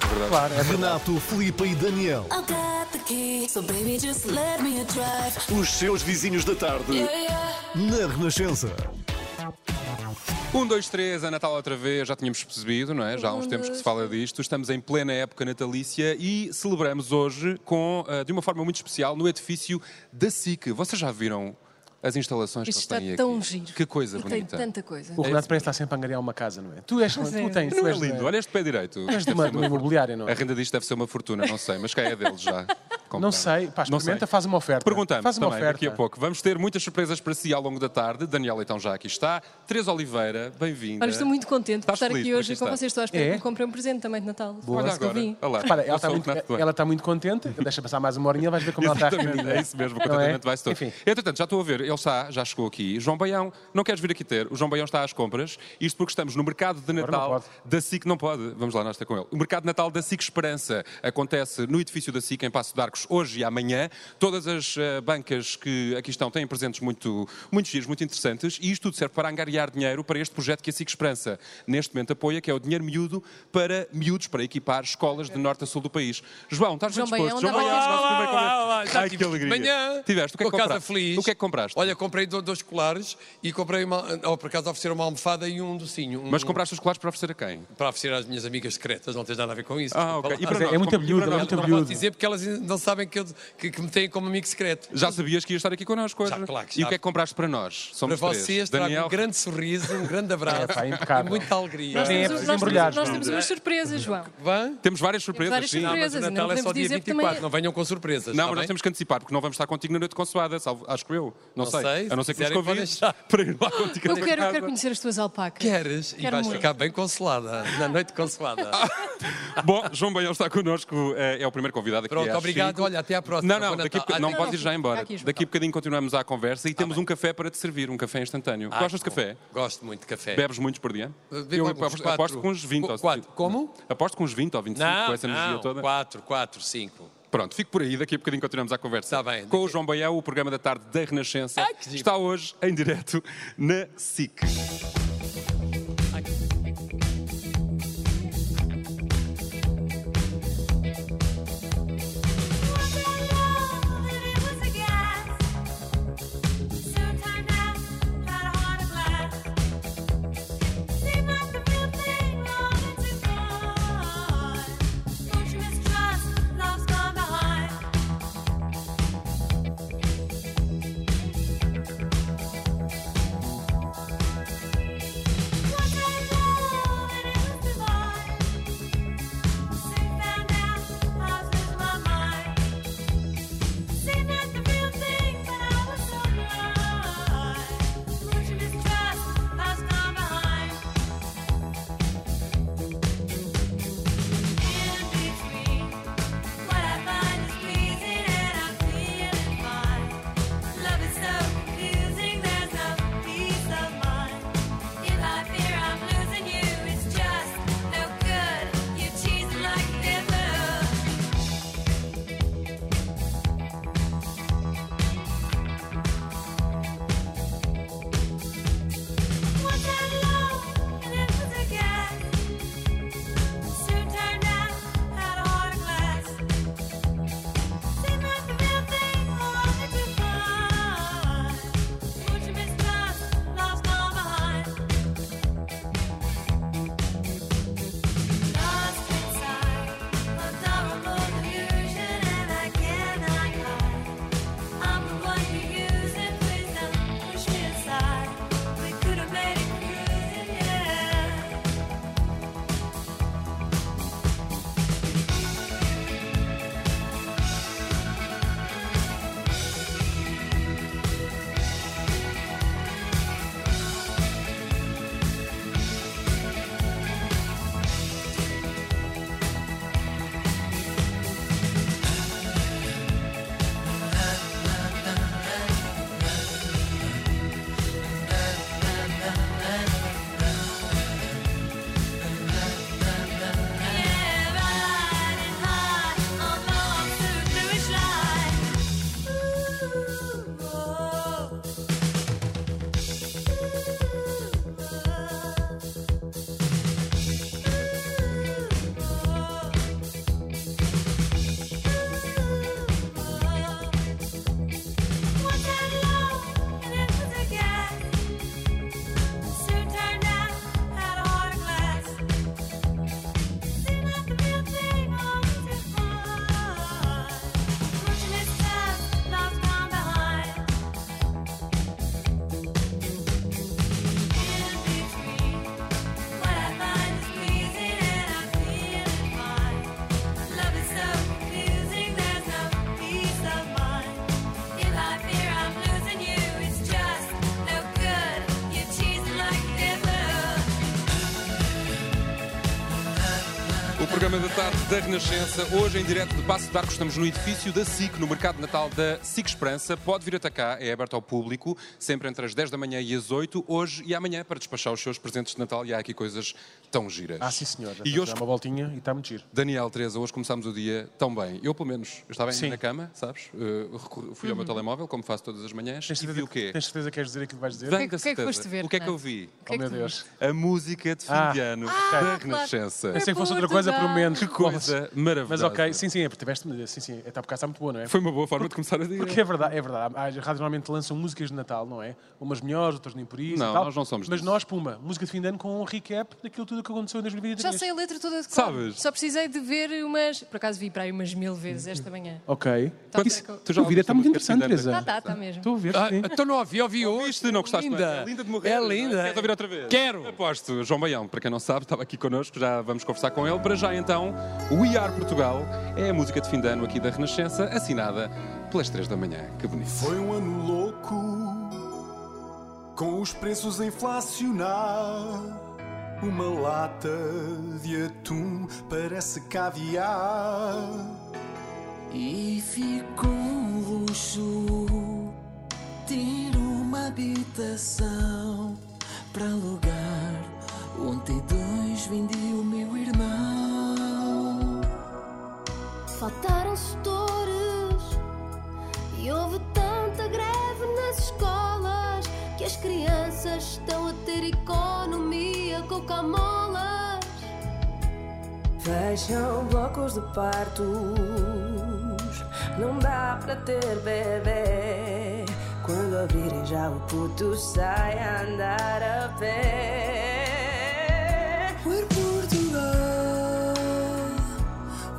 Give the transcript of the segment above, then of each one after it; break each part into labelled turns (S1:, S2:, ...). S1: verdade.
S2: Claro, é verdade.
S3: Renato, Filipe e Daniel.
S4: I got the key, so baby just let me drive.
S3: Os seus vizinhos da tarde.
S4: Yeah, yeah.
S3: Na Renascença.
S1: Um, dois, três, a Natal outra vez, já tínhamos percebido, não é? Já há uns tempos que se fala disto. Estamos em plena época natalícia e celebramos hoje com, ah, de uma forma muito especial no edifício da SIC. Vocês já viram as instalações
S5: Isto
S1: que eles têm
S5: está tão
S1: aqui?
S5: giro.
S1: Que coisa
S5: E
S1: bonita. É
S5: Tem tanta coisa.
S2: O Renato parece que está sempre a angariar uma casa, não é? Tu és, tu tens, tu
S1: Não é
S2: és
S1: lindo?
S2: da-
S1: Olha este pé direito.
S2: és de uma, de uma imobiliária, não
S1: A
S2: é?
S1: renda disto deve ser uma fortuna, não sei, mas cá é deles já.
S2: Não
S1: Compraram.
S2: sei, pá,
S1: Não
S2: experimenta,
S1: sei.
S2: faz uma oferta.
S1: Perguntamos
S2: faz uma
S1: também
S2: oferta.
S1: daqui a pouco. Vamos ter muitas surpresas para si ao longo da tarde. Daniela então já aqui está. Teresa Oliveira, bem-vinda.
S5: Olha, estou muito contente por
S1: Estás
S5: estar
S6: é
S1: feliz
S5: aqui
S1: por
S5: hoje
S1: aqui
S5: com
S1: estar.
S5: vocês. Estou à espera
S2: É?
S5: que me comprem um presente também de Natal. Foi
S1: Olha
S5: isso que eu
S1: agora.
S5: vi.
S1: Olha lá.
S2: Repara, ela
S1: Eu
S6: um
S2: está,
S1: sou o
S2: muito,
S1: Renato Duarte.
S2: ela está muito contente. Deixa passar mais uma horinha, vais ver como ela está
S1: Exatamente,
S2: rendida.
S1: é isso mesmo,
S2: Não é?
S1: completamente vai-se todo.
S2: Enfim,
S1: Entretanto, já estou a ver, ele está, já chegou aqui. João Baião, não queres vir aqui ter? O João Baião está às compras, isto porque estamos no mercado de
S2: não
S1: Natal
S2: pode.
S1: da SIC. Não pode, vamos lá, nós ter com ele. O mercado de Natal da SIC Esperança acontece no edifício da SIC, em Passo de Arcos, hoje e amanhã. Todas as eh, bancas que aqui estão têm presentes muito, muito giros, muito interessantes, e isto tudo serve para angariar dinheiro para este projeto que a SIC Esperança neste momento apoia, que é o Dinheiro Miúdo para Miúdos, para equipar escolas de norte a sul do país. João,
S6: Tipo,
S1: estás bem
S5: João Baião
S1: Tipo, disposto? João Baião,
S5: andava aqui.
S1: nosso
S6: Olá,
S1: primeiro
S6: olá,
S1: convidado.
S6: olá, já
S1: Ai, que
S6: tive
S1: alegria.
S6: de manhã.
S1: Tiveste, o que é que
S6: com a casa
S1: compraste?
S6: feliz.
S1: O que é que compraste?
S6: Olha, comprei do- dois colares e comprei uma. Ou por acaso ofereceram uma almofada e um docinho. Um,
S1: Mas compraste os colares para oferecer a quem?
S6: Para oferecer às minhas amigas secretas, não tens nada a ver com isso.
S1: Ah,
S6: desculpa
S1: ok. E
S6: lá.
S1: para
S2: Mas é-
S1: nós?
S2: é muito
S1: Como- e para
S2: abelhudo, é
S1: nós?
S2: muito
S6: Não
S2: abelhudo.
S6: posso dizer porque elas ainda não sabem que, eu- que- que me têm como amigo secreto.
S1: Já sabias que ia estar aqui connosco hoje?
S6: Já, claro que
S1: e o
S6: já.
S1: que é que compraste para nós?
S6: Para
S1: Somos
S6: vocês,
S1: três.
S6: trago
S1: Daniel,
S6: um grande sorriso, um grande abraço
S2: É, pá,
S6: e
S2: impecável.
S6: muita alegria.
S5: Nós
S2: Sim, é
S5: temos,
S2: preciso
S5: nós temos-
S2: embrulhar,
S5: nós
S2: João.
S5: temos umas surpresas, João.
S6: Vã?
S1: temos várias surpresas,
S5: várias
S1: sim.
S6: Mas
S5: surpresas.
S6: o
S5: ainda
S6: Natal
S5: não
S6: é só
S5: podemos
S6: dia
S5: dizer porque
S6: 24,
S5: também-
S6: não venham com surpresas.
S1: Não,
S6: tá
S1: mas nós
S6: bem?
S1: temos que antecipar, porque não vamos estar contigo na noite consoada, salvo, acho que eu. Não,
S6: Não
S1: sei.
S6: sei,
S1: A não
S6: se
S1: ser que
S6: quiserem,
S1: nos
S6: podem
S1: convides
S6: deixar.
S1: para ir lá contigo.
S5: Eu
S1: a tua
S5: quero, eu
S1: casa.
S5: quero conhecer as tuas alpacas.
S6: Queres e
S5: Quero
S6: vais
S5: muito.
S6: ficar bem consolada na noite consolada.
S1: Bom, João Baião está connosco, é, é o primeiro convidado aqui.
S6: Pronto,
S1: às
S6: obrigado.
S1: cinco.
S6: Olha, até à próxima.
S1: Não, não,
S6: Bom
S1: daqui a
S6: Natal.
S1: boca- não
S6: Adeus.
S1: podes ir já embora.
S5: aqui, João.
S1: daqui a bocadinho continuamos à conversa e temos um café para te servir, um café instantâneo.
S6: Tá Ah,
S1: Gostas de
S6: que bom.
S1: café?
S6: Gosto muito de café.
S1: Bebes muitos por dia?
S6: Bebo
S1: eu
S6: alguns,
S1: aposto,
S6: quatro.
S1: aposto com uns 20 ou
S6: Qu- quatro. Como?
S1: Aposto com uns 20 ou 25
S6: Não,
S1: com essa energia
S6: não,
S1: toda.
S6: 4, 4, 5.
S1: Pronto, fico por aí, daqui a bocadinho continuamos a conversa.
S6: Tá bem.
S1: Com o João Baião, o programa da tarde da Renascença
S6: Ai, que giro.
S1: está hoje em direto na SIC.
S7: Thank
S1: programa da tarde da Renascença. Hoje, em direto de Passo de Arcos, estamos no edifício da SIC, no mercado de natal da SIC Esperança. Pode vir até cá, é aberto ao público, sempre entre as 10 da manhã e as 8, hoje e amanhã, para despachar os seus presentes de Natal. E há aqui coisas tão giras.
S2: Ah, sim, senhor.
S1: E hoje,
S2: Dá uma voltinha e está muito giro.
S1: Daniel, Teresa, hoje começámos o dia tão bem. Eu, pelo menos, eu estava ainda
S2: Sim. Uhum.
S1: na cama, sabes? Uh, recorri- fui ao meu telemóvel, como faço todas as manhãs,
S2: Tens
S1: e vi
S2: certeza,
S1: o quê?
S2: tens certeza que queres dizer aquilo que vais dizer?
S1: Tenho
S5: que-
S1: a
S5: o que é que
S1: certeza.
S5: foste ver,
S1: O que é que eu
S5: Renato?
S1: vi?
S5: O que
S2: Oh,
S5: é que
S2: meu
S5: tu-
S2: Deus.
S1: A música de fim
S2: Ah.
S1: de ano da Renascença.
S5: É
S2: Pensei que fosse outra coisa, pelo
S5: Portugal.
S2: menos.
S5: Que
S1: coisa
S2: Mas
S1: maravilhosa.
S2: ok, sim, sim, é porque tiveste-me. Sim, sim, está por causa está muito boa, não é?
S1: Foi uma boa forma de começar o dia.
S2: Porque é verdade, é verdade. As rádios normalmente lançam músicas de Natal, não é? Umas melhores, outras nem por isso.
S1: Não,
S2: e tal.
S1: nós não somos
S2: Mas
S1: disso.
S2: nós, Puma, música de fim de ano com um recap daquilo tudo que aconteceu em 2023.
S5: Já sei a letra toda de cor.
S1: Sabes?
S5: Só precisei de ver umas. Por acaso vi para aí umas mil vezes esta manhã.
S2: Ok.
S5: Tá
S2: Isso,
S5: bem.
S1: Tu já
S2: a vida está muito
S1: ouviste a
S2: interessante,
S1: música de fim de ano
S5: Tá,
S2: Teresa.
S5: tá, tá mesmo.
S2: Estou a ver,
S6: Ah,
S2: sim.
S6: então não ouvi, ouvi hoje.
S1: Ouviste, não gostaste? não é?
S6: linda.
S1: É linda de morrer.
S6: É
S1: não
S6: linda.
S1: Queres ouvir outra vez?
S6: Quero.
S1: Aposto. João Baião, para quem não sabe, estava aqui connosco, já vamos conversar com ele. Para já então, We Are Portugal é a música de fim de ano aqui da Renascença, assinada pelas 3 da manhã. Que bonito.
S8: Foi um ano louco, com os preços a inflacionar. Uma lata de atum parece caviar.
S9: E ficou um luxo ter uma habitação para alugar. Ontem dois vendi o meu irmão.
S10: Faltaram setores e houve tanta greve nas escolas que as crianças estão a ter economia com camolas.
S11: Fecham blocos de partos, não dá pra ter bebê. Quando abrirem já o puto sai a andar a pé.
S9: We're Portugal,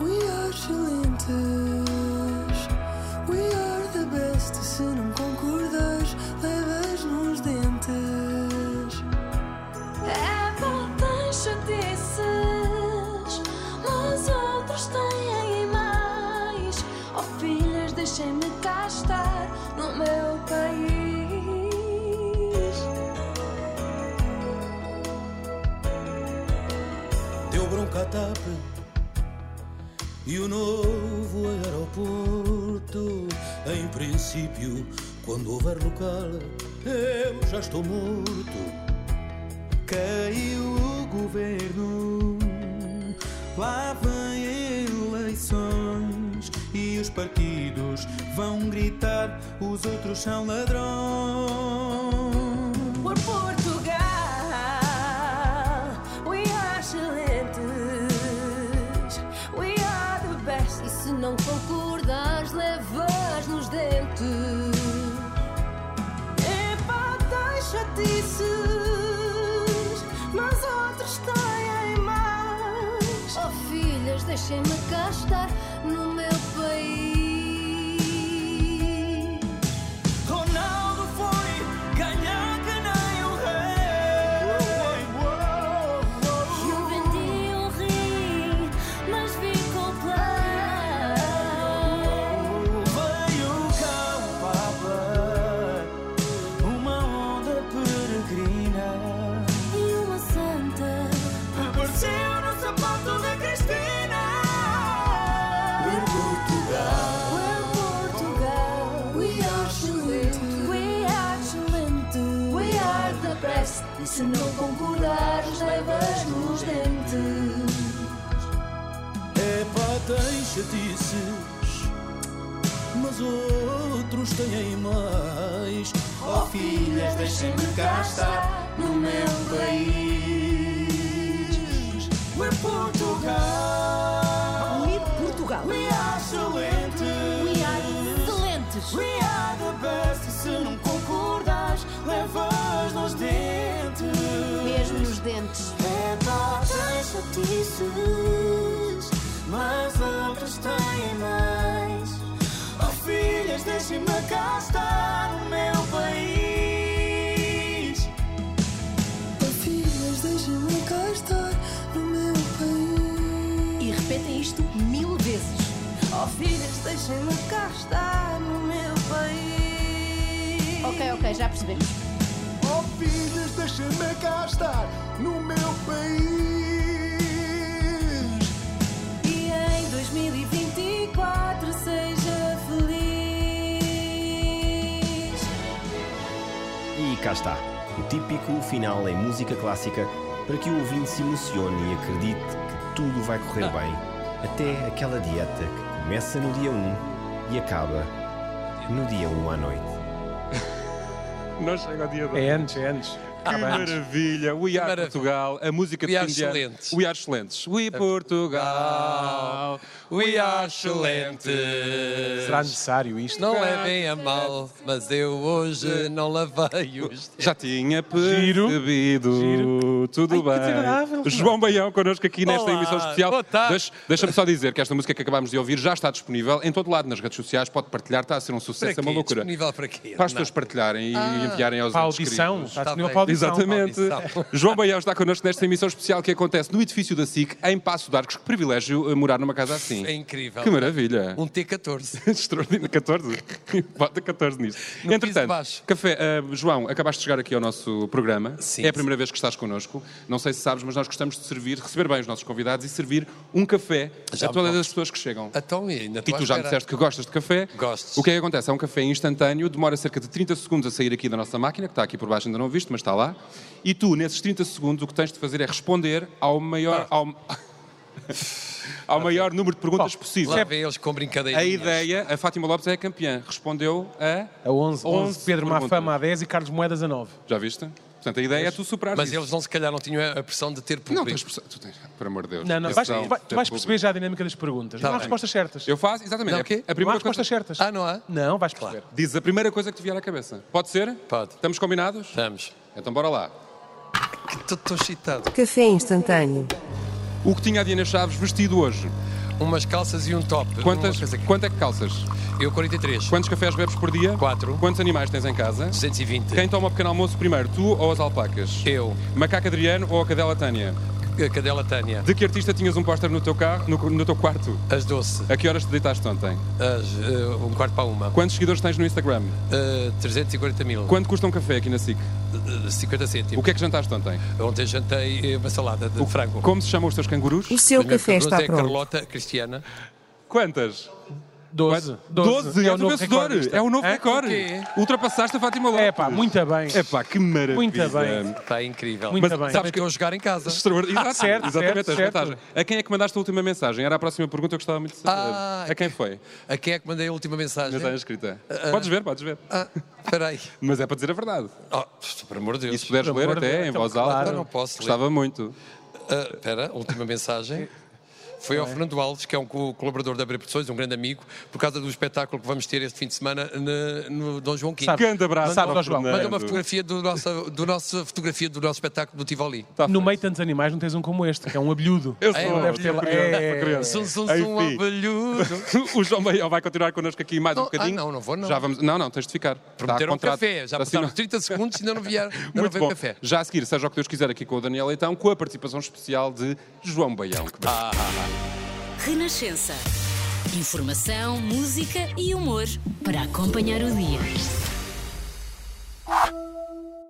S9: we are excelentes. We are the best. Se não concordas, levas nos dentes.
S10: É bom ter chatices, mas outros têm mais. Oh filhas, deixem-me cá estar no meu país.
S8: Deu bronca à TAP e o novo aeroporto. Em princípio, quando houver local, eu já estou morto. Caiu o governo, lá vem eleições e os partidos vão gritar: os outros são ladrões.
S11: Por Portugal, we are excelentes. We are the best.
S10: E se não concordas, levas nos dentes.
S11: Epá, tem chatices, mas outros têm mais.
S10: Oh filhas, deixem-me cá estar no meu país.
S8: Ronaldo foi ganhar que nem um o rei.
S10: Eu vendi um rim, mas ficou claro.
S8: Veio cá o Papa, uma onda peregrina.
S10: E uma santa.
S8: Apareceu no sapato da Cristina. Em Portugal.
S10: We're Portugal, we are excelentes. We are excelentes. We are the best. E se não concordares, levas nos dentes.
S8: Epá, tem chatices, mas outros têm mais. Oh filhas, deixem-me cá estar no meu país. We're Portugal.
S11: Unir Portugal.
S8: We are excelentes.
S10: We are excelentes.
S8: We are the best. Se não concordas, levas nos dentes.
S10: Mesmo nos dentes.
S8: Epá, tem chatices, mas outros têm mais. Oh filhas, deixem-me cá estar no meu país.
S9: Oh, filhas, deixem-me cá estar no meu país.
S11: E repetem isto mil vezes. Oh filhas, deixem-me cá estar no meu país.
S10: Ok, ok, já percebemos.
S8: Oh filhas, deixem-me cá estar no meu país. cá está. O típico final em música clássica para que o ouvinte se emocione e acredite que tudo vai correr bem. Até aquela dieta que começa no dia 1 e acaba no dia 1 à noite.
S1: Não chega ao dia de
S2: É antes, é antes.
S1: Que maravilha! We Are
S6: Ah, maravilha.
S1: Portugal, a música
S6: We
S1: de
S6: are
S1: fim de ano.
S6: excelentes. É.
S1: We Are Excelentes. We Portugal.
S6: We are excelentes.
S2: Será necessário isto?
S6: Não é? levem a mal, mas eu
S1: É.
S6: hoje não lavei os
S1: Já tinha
S2: Giro.
S1: percebido. Tudo
S2: Ai, que
S1: bem.
S2: desagradável.
S1: João Baião connosco aqui nesta
S6: Olá,
S1: emissão especial.
S6: boa tarde.
S1: Deixa- Deixa-me só dizer que esta música que acabámos de ouvir já está disponível em todo lado nas redes sociais. Pode partilhar, está a ser um
S6: Para
S1: sucesso, é
S6: quê?
S1: uma loucura.
S6: Disponível para quê?
S1: Para as pessoas
S6: Não.
S1: partilharem e enviarem aos
S2: Ah. Para a
S1: inscritos.
S2: audição. Está disponível
S6: bem.
S2: para a audição.
S1: Exatamente.
S6: maldição.
S1: João Baião está connosco nesta emissão especial que acontece no edifício da SIC, em Passo de Arcos. Que privilégio eh, morar numa casa assim.
S6: É incrível.
S1: Que maravilha.
S6: Um T14.
S1: Extraordinário. 14? Bota 14 nisto.
S6: No piso de
S1: Entretanto,
S6: baixo.
S1: café, ah, João, acabaste de chegar aqui ao nosso programa.
S6: Sim.
S1: é a primeira vez que estás connosco. Não sei se sabes, mas nós gostamos de servir, receber bem os nossos convidados e servir um café
S6: Já
S1: a
S6: me
S1: todas
S6: gosto.
S1: as pessoas que chegam.
S6: Então, e ainda
S1: E tu já me disseste que gostas de café.
S6: Gosto.
S1: O que é que acontece? É um café instantâneo, demora cerca de 30 segundos a sair aqui da nossa máquina, que está aqui por baixo, ainda não viste, mas está lá. E tu, nesses 30 segundos, o que tens de fazer é responder ao maior,
S6: Ah.
S1: ao, ao maior número de perguntas possível.
S6: Oh, Lá vem eles com brincadeirinhas.
S1: A ideia, a Fátima Lopes é a campeã. Respondeu a.
S2: A 11, 11 Pedro
S1: perguntas.
S2: Mafama a 10 e Carlos Moedas a 9.
S1: Já viste? Portanto, a ideia é tu superar
S6: Mas eles não, se calhar, não tinham a pressão de ter
S1: Não,
S6: público.
S1: tens, perce- tu tens, por amor de Deus.
S2: Não, não,
S1: Tens
S2: vais,
S1: razão,
S2: vai- tu
S1: tens
S2: vais
S1: público.
S2: perceber já a dinâmica das perguntas.
S6: Tá
S2: não há
S6: bem.
S2: respostas certas.
S1: Eu faço, exatamente.
S6: Não,
S1: é
S6: o quê?
S1: A
S2: Não há
S1: primeira coisa,
S2: respostas certas.
S6: Ah, não há?
S2: Não, vais perceber.
S1: diz a primeira coisa que te vier à cabeça. Pode ser?
S6: Pode.
S1: Estamos combinados?
S6: Estamos.
S1: Então bora lá.
S6: Estou excitado.
S12: Café instantâneo.
S1: O que tinha a Diana Chaves vestido hoje?
S6: Umas calças e um top.
S1: Quantas,
S6: Uma coisa que-
S1: quanto é que calças?
S6: Eu 43.
S1: Quantos cafés bebes por dia?
S6: Quatro.
S1: Quantos animais tens em casa?
S6: 220.
S1: Quem toma o pequeno almoço primeiro, tu ou as alpacas?
S6: Eu.
S1: Macaco Adriano ou a cadela Tânia?
S6: A cadela Tânia.
S1: De que artista tinhas um póster no teu carro, no, no teu quarto?
S6: As doce.
S1: A que horas te deitaste ontem?
S6: As, eh, um quarto para uma.
S1: Quantos seguidores tens no Instagram?
S6: Eh, 340 mil.
S1: Quanto custa um café aqui na SIC?
S6: Eh, 50
S1: O
S6: cêntimos.
S1: que é que jantaste ontem?
S6: Ontem jantei eh, uma salada de frango.
S1: Como se chamam os teus cangurus?
S12: O seu
S6: Minha
S12: café
S6: Cruz
S12: está
S6: é
S12: pronto.
S6: Carlota Cristiana.
S1: Quantas?
S2: 12.
S1: 12. É o
S2: novo
S1: vencedor.
S2: recordista.
S1: É o novo
S2: Hã?
S1: recorde. Ultrapassaste a Fátima Lopes.
S2: É pá, muito bem.
S1: É pá, que maravilha.
S2: Muito bem.
S6: Está incrível.
S2: Muito
S6: Mas
S2: bem.
S6: Sabes que eu vou jogar em casa.
S1: Extraordinário.
S2: certo,
S1: Exatamente,
S2: certo,
S1: tens
S2: certo.
S1: vantagem. A quem é que mandaste a última mensagem? Era a próxima pergunta que eu gostava muito de saber.
S6: Ah,
S1: a quem foi?
S6: A quem é que mandei a última mensagem?
S1: Mensagem escrita. Podes ver, podes ver.
S6: Ah, espera aí.
S1: Mas é para dizer a verdade.
S6: Oh, pff, por amor de
S1: E
S6: Deus.
S1: se puderes
S2: Pelo
S1: ler
S2: amor de
S1: até
S2: Deus,
S1: em
S2: então,
S1: voz alta,
S2: claro.
S6: Eu não posso ler.
S1: gostava muito.
S6: Ah, Espera, última mensagem. Foi ao Fernando Alves, que é um co- colaborador da Abrepressões, um grande amigo, por causa do espetáculo que vamos ter este fim de semana na- no Dom João V.
S2: Sabe-
S1: Grande abraço.
S2: Sabe,
S1: ao
S2: ó, João,
S1: Fernando.
S6: Manda uma fotografia do nosso, do nosso, fotografia do nosso espetáculo do Tivoli.
S1: Tá
S2: No
S1: feito.
S2: meio de tantos animais não tens um como este, que é um abelhudo.
S1: Eu
S6: É,
S1: sou
S6: deve
S2: ter lá- é, é, é.
S1: Sou-
S6: Zum, zum, zum,
S1: Enfim.
S6: abelhudo.
S1: O João Baião vai continuar connosco aqui mais um
S6: Não, ah,
S1: bocadinho.
S6: não, não vou, não.
S1: Já vamos... Não, não, tens de ficar.
S6: Prometeram um
S1: contrato.
S6: café. Já
S1: Está
S6: passaram
S1: assinado.
S6: 30 segundos e ainda não vieram. ainda não
S1: Muito
S6: veio
S1: bom.
S6: café.
S1: Já a seguir, seja o que Deus quiser, aqui com o Daniel Leitão, com a participação especial de João Baião. Que
S6: Ah,
S1: beleza.
S13: Renascença. Informação, música e humor para acompanhar o dia.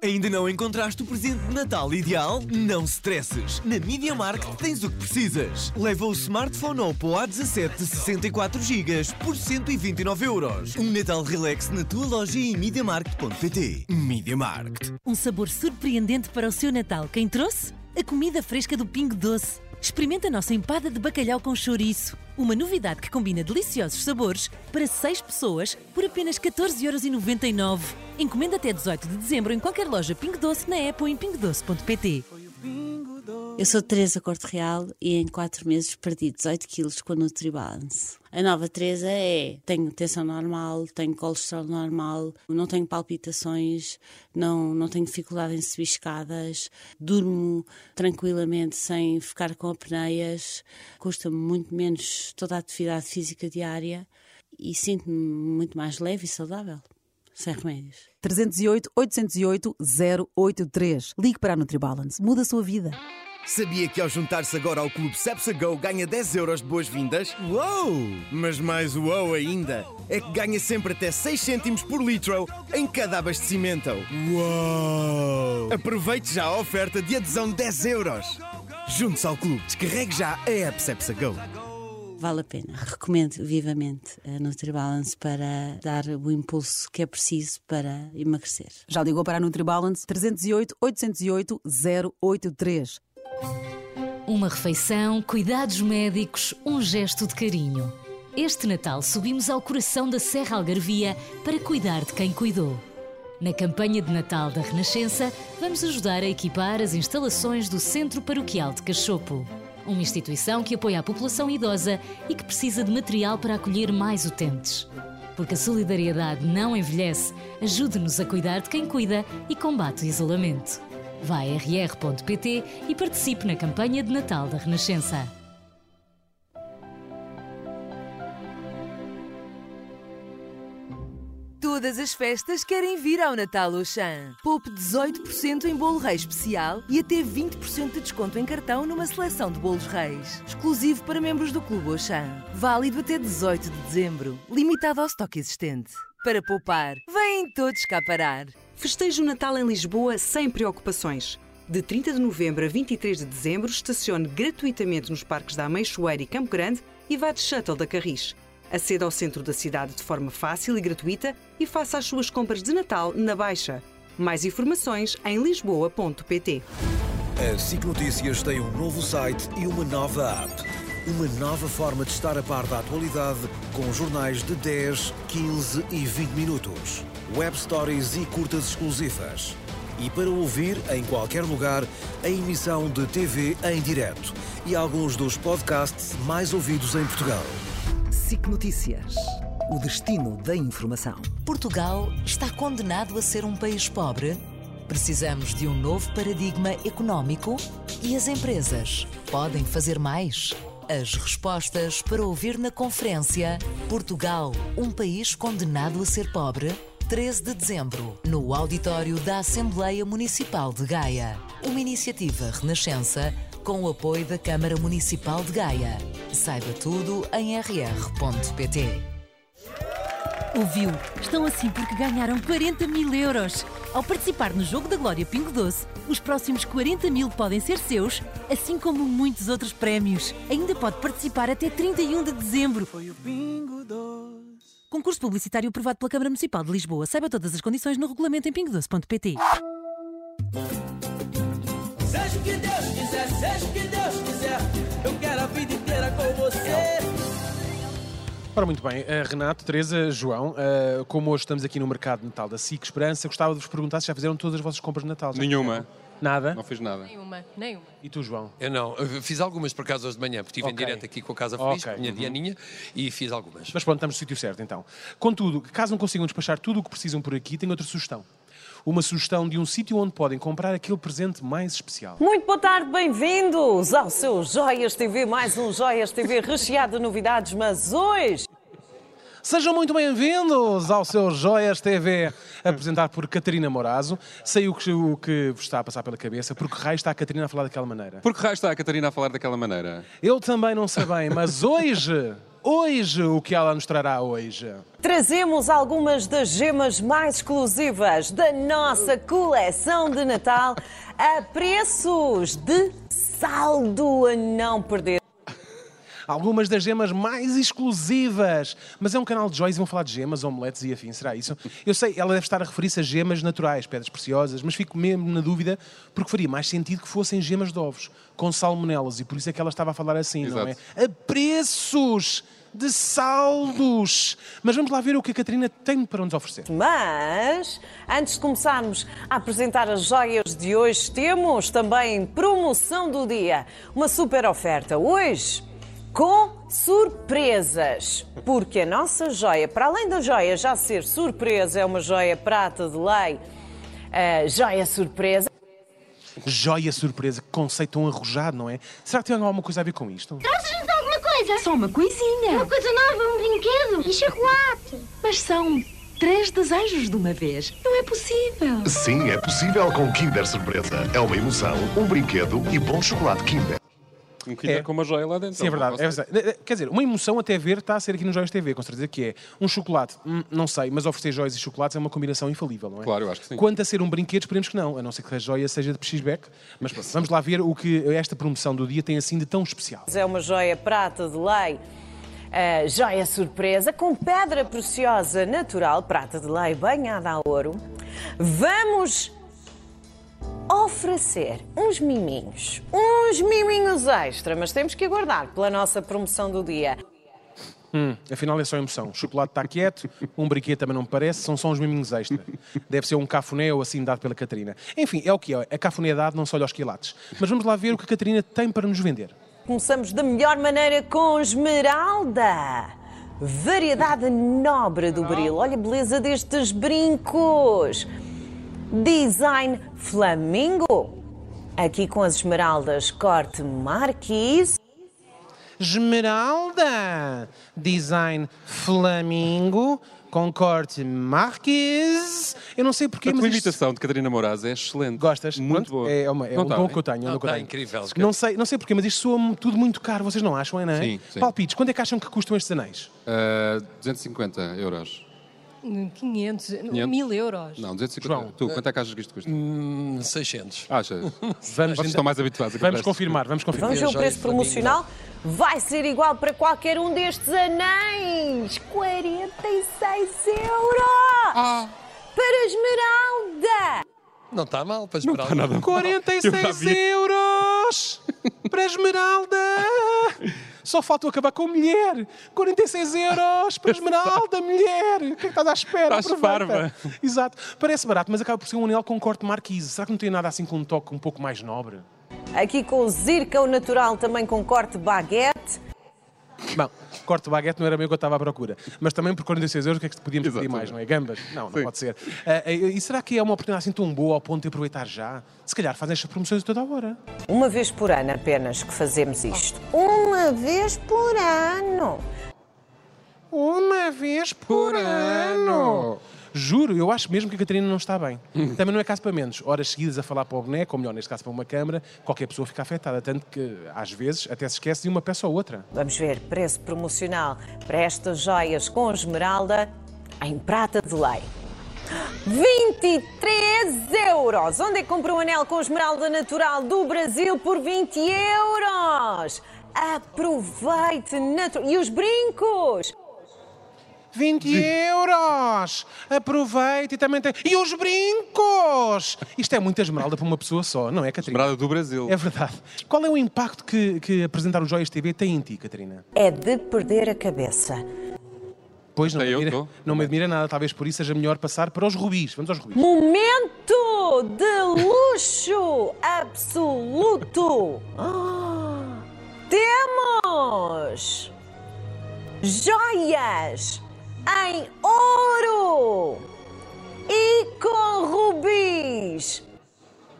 S7: Ainda não encontraste o presente de Natal ideal? Não stresses! Na Media Market tens o que precisas. Leva o smartphone Oppo A17 de 64 GB por 129 euros. Um Natal relax na tua loja e em MediaMarket.pt. Media Market.
S13: Um sabor surpreendente para o seu Natal. Quem trouxe? A comida fresca do Pingo Doce. Experimenta a nossa empada de bacalhau com chouriço. Uma novidade que combina deliciosos sabores para 6 pessoas por apenas 14,99€. Encomenda até 18 de dezembro em qualquer loja Pingo Doce, na app ou em pingodoce.pt.
S14: Eu sou Teresa Corte Real e em 4 meses perdi 18 quilos com a NutriBalance. A nova Teresa é: tenho tensão normal, tenho colesterol normal, não tenho palpitações, não, não tenho dificuldade em subir escadas, durmo tranquilamente sem ficar com apneias, custa-me muito menos toda a atividade física diária e sinto-me muito mais leve e saudável, sem remédios.
S13: 308 808 083. Ligue para a NutriBalance. Muda a sua vida.
S7: Sabia que ao juntar-se agora ao clube Cepsa Go ganha 10 euros de boas-vindas? Uou! Mas mais uou ainda! É que ganha sempre até 6 cêntimos por litro em cada abastecimento. Uou! Aproveite já a oferta de adesão de 10 euros. Junte-se ao clube. Descarregue já a app Cepsa Go.
S14: Vale a pena. Recomendo vivamente eh, a NutriBalance para dar o impulso que é preciso para emagrecer.
S15: Já ligou para a NutriBalance 308 808 083.
S16: Uma refeição, cuidados médicos, um gesto de carinho. Este Natal subimos ao coração da Serra Algarvia para cuidar de quem cuidou. Na campanha de Natal da Renascença, vamos ajudar a equipar as instalações do Centro Paroquial de Cachopo, uma instituição que apoia a população idosa e que precisa de material para acolher mais utentes. Porque a solidariedade não envelhece, ajude-nos a cuidar de quem cuida e combate o isolamento. Vá a rr.pt e participe na campanha de Natal da Renascença.
S17: Todas as festas querem vir ao Natal Auchan. Poupe 18% em bolo rei especial e até 20% de desconto em cartão numa seleção de bolos reis. Exclusivo para membros do Clube Auchan. Válido até 18 de dezembro. Limitado ao estoque existente. Para poupar, vêm todos cá parar.
S18: Festeje o Natal em Lisboa sem preocupações. De 30 de novembro a 23 de dezembro, estacione gratuitamente nos parques da Ameixoeira e Campo Grande e vá de shuttle da Carris. Aceda ao centro da cidade de forma fácil e gratuita e faça as suas compras de Natal na Baixa. Mais informações em lisboa.pt.
S19: A SIC Notícias tem um novo site e uma nova app. Uma nova forma de estar a par da atualidade com jornais de 10, 15 e 20 minutos, web stories e curtas exclusivas. E para ouvir, em qualquer lugar, a emissão de TV em direto e alguns dos podcasts mais ouvidos em Portugal.
S20: SIC Notícias. O destino da informação.
S11: Portugal está condenado a ser um país pobre? Precisamos de um novo paradigma económico? E as empresas podem fazer mais? As respostas para ouvir na conferência Portugal, um país condenado a ser pobre? 13 de dezembro, no auditório da Assembleia Municipal de Gaia. Uma iniciativa Renascença com o apoio da Câmara Municipal de Gaia. Saiba tudo em rr.pt.
S13: Ouviu? Estão assim porque ganharam 40 mil euros. Ao participar no Jogo da Glória Pingo Doce, os próximos 40 mil podem ser seus, assim como muitos outros prémios. Ainda pode participar até 31 de dezembro. Foi o Pingo Doce. Concurso publicitário aprovado pela Câmara Municipal de Lisboa. Saiba todas as condições no regulamento em pingodoce.pt.
S10: Seja o que Deus quiser, seja o que Deus quiser, eu quero a vida inteira com você.
S2: Ora, muito bem. Eh, Renato, Teresa, João, eh, como hoje estamos aqui no mercado de Natal da SIC Esperança, gostava de vos perguntar se já fizeram todas as vossas compras de Natal. Já
S1: Nenhuma.
S2: fizeram? Nada?
S1: Não fiz nada.
S5: Nenhuma, nenhuma.
S2: E tu, João?
S6: Eu não, eu fiz algumas por acaso hoje de manhã, porque estive
S2: Ok.
S6: em direto aqui com a Casa Feliz,
S2: Ok,
S6: com a minha
S2: uhum.
S6: Dianinha, e fiz algumas.
S2: Mas pronto, estamos no sítio certo então. Contudo, caso não consigam despachar tudo o que precisam por aqui, tenho outra sugestão. Uma sugestão de um sítio onde podem comprar aquele presente mais especial.
S21: Muito boa tarde, bem-vindos ao seu Joias TV, mais um Joias TV recheado de novidades, mas hoje.
S2: Sejam muito bem-vindos ao seu Joias TV, apresentado por Catarina Morazo. Sei o que, o que vos está a passar pela cabeça, porque raio está a Catarina a falar daquela maneira.
S1: Por que raio está a Catarina a falar daquela maneira?
S2: Eu também não sei bem, mas hoje, hoje, o que ela nos trará hoje?
S21: Trazemos algumas das gemas mais exclusivas da nossa coleção de Natal a preços de saldo a não perder.
S2: Algumas das gemas mais exclusivas. Mas é um canal de joias e vão falar de gemas, omeletes e afins, será isso? Eu sei, ela deve estar a referir-se a gemas naturais, pedras preciosas, mas fico mesmo na dúvida porque faria mais sentido que fossem gemas de ovos, com salmonelas, e por isso é que ela estava a falar assim, não
S1: Exato.
S2: é? A preços de saldos. Mas vamos lá ver o que a Catarina tem para nos oferecer.
S21: Mas, antes de começarmos a apresentar as joias de hoje, temos também promoção do dia. Uma super oferta hoje com surpresas. Porque a nossa joia, para além da joia já ser surpresa, é uma joia prata de lei, a joia surpresa.
S2: Joia surpresa, que conceito tão arrojado, não é? Será que tem alguma coisa a ver com isto?
S22: Trazes-nos alguma coisa? Só uma coisinha. Uma coisa nova, um brinquedo. E chocolate.
S23: Mas são três desejos de uma vez. Não é possível.
S3: Sim, é possível com Kinder Surpresa. É uma emoção, um brinquedo e bom chocolate Kinder.
S1: Um Kinder com uma joia lá dentro.
S2: Sim, é verdade, é verdade. Quer dizer, uma emoção até ver está a ser aqui nos Joias TV, com certeza que é. Um chocolate, hum, não sei, mas oferecer joias e chocolates é uma combinação infalível, não é?
S1: Claro, eu acho que sim.
S2: Quanto a ser um brinquedo, esperemos que não, a não ser que a joia seja de Pixback. Mas pronto, vamos lá ver o que esta promoção do dia tem assim de tão especial.
S21: É uma joia prata de lei, a joia surpresa com pedra preciosa natural, prata de lei banhada a ouro. Vamos oferecer uns miminhos, uns miminhos extra, mas temos que aguardar pela nossa promoção do dia.
S2: Hum, afinal é só emoção. O chocolate está quieto, um briquet também não me parece, são só uns miminhos extra. Deve ser um cafuné ou assim dado pela Catarina. Enfim, é o que é. A cafuné dado não se olha aos quilates. Mas vamos lá ver o que a Catarina tem para nos vender.
S21: Começamos da melhor maneira com esmeralda. Variedade nobre do berilo. Olha a beleza destes brincos. Design flamingo. Aqui com as esmeraldas, corte marquise.
S2: Esmeralda, design flamingo, com corte marquise. Eu não sei porquê,
S1: A tua
S2: mas isto-
S1: imitação de Catarina Moraes é excelente.
S2: Gostas?
S1: Muito boa. tá
S2: É, uma, é um dom que eu tenho. é um
S6: Ah,
S2: dom que eu
S6: tá
S2: tenho. Não sei, não sei porquê, mas isto soa tudo muito caro. Vocês não acham, é, não é?
S1: Sim, sim.
S2: Palpites, quanto é que acham que custam estes anéis?
S1: Ah, 250 euros.
S5: Um 500,
S1: 500?
S5: 1000 euros.
S1: Não, 250. tu, quanto é que achas que isto custa?
S6: 600.
S1: Achas? Vocês estão mais habituados a
S2: Vamos
S1: comprar
S2: confirmar,
S1: isto.
S2: vamos confirmar.
S21: Vamos ver o preço promocional. Vai ser igual para qualquer um destes anéis. 46 euros! Para esmeralda!
S6: Não está mal para esperar. Não
S1: nada mal.
S2: 46 euros para a esmeralda. Só falta eu acabar com a mulher. 46 euros para a esmeralda, mulher. O que é que estás à espera?
S1: Estás
S2: Aproveita.
S1: parva.
S2: Exato. Parece barato, mas acaba por ser um anel com corte marquise. Será que não tem nada assim com um toque um pouco mais nobre?
S21: Aqui com o zircão natural, também com corte baguete.
S2: Bom, corte de baguete não era bem o que eu estava à procura. Mas também por 46 euros, o que é que podíamos pedir mais, não é? Gambas? Não, não pode ser. Ah, ah, e será que é uma oportunidade assim tão boa ao ponto de aproveitar já? Se calhar fazem estas promoções a toda a hora.
S21: Uma vez por ano apenas que fazemos isto. Uma vez por ano.
S2: Uma vez por, ano. Juro, eu acho mesmo que a Catarina não está bem. Também não é caso para menos. Horas seguidas a falar para o boneco, ou melhor, neste caso para uma câmara, qualquer pessoa fica afetada, tanto que às vezes até se esquece de uma peça ou outra.
S21: Vamos ver preço promocional para estas joias com esmeralda em prata de lei. 23 euros! Onde é que compra um anel com esmeralda natural do Brasil por 20 euros? Aproveite! Natu... E os brincos?
S2: 20 euros! Aproveite e também tem. E os brincos! Isto é muita esmeralda para uma pessoa só, não é, Catarina?
S1: Esmeralda do Brasil.
S2: É verdade. Qual é o impacto que, que apresentar o Joias TV tem em ti, Catarina?
S21: É de perder a cabeça.
S2: Pois não, me admira, não me admira nada, talvez por isso seja melhor passar para os rubis. Vamos aos rubis.
S21: Momento de luxo absoluto! Ah, Temos joias em ouro e com rubis.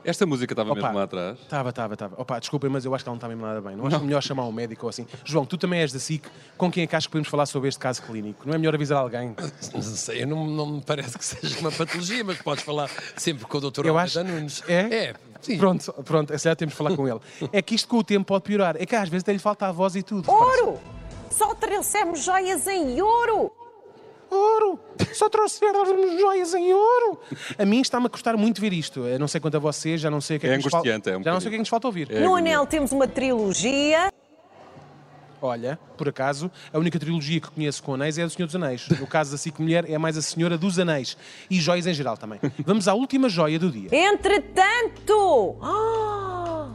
S1: Esta música estava
S2: Opa.
S1: mesmo lá atrás.
S2: Estava, estava, estava. Opa, desculpem, mas eu acho que ela não está mesmo nada bem. Não acho melhor chamar um médico ou assim. João, tu também és da SIC. Com quem é que achas que podemos falar sobre este caso clínico? Não é melhor avisar alguém?
S6: Não sei, eu não, não me parece que seja uma patologia, mas podes falar sempre com o doutor
S2: Eu acho-
S6: Almeida Nunes.
S2: É? Pronto, pronto, é certo, temos de falar com ele. É que isto com o tempo pode piorar. É que às vezes até lhe falta a voz e tudo.
S21: Ouro! Só trouxemos joias em ouro!
S2: Ouro! Só trouxeram joias em ouro! A mim está-me a custar muito ver isto. Eu não sei quanto a vocês, já não sei o que é,
S1: É
S2: que nos falta.
S1: angustiante, é um
S2: já não sei o que é que nos falta ouvir.
S21: no anel temos uma trilogia.
S2: Olha, por acaso, a única trilogia que conheço com anéis é a do Senhor dos Anéis. No caso da Cico Mulher, é mais a Senhora dos Anéis. E joias em geral também. Vamos à última joia do dia.
S21: Entretanto! Ah,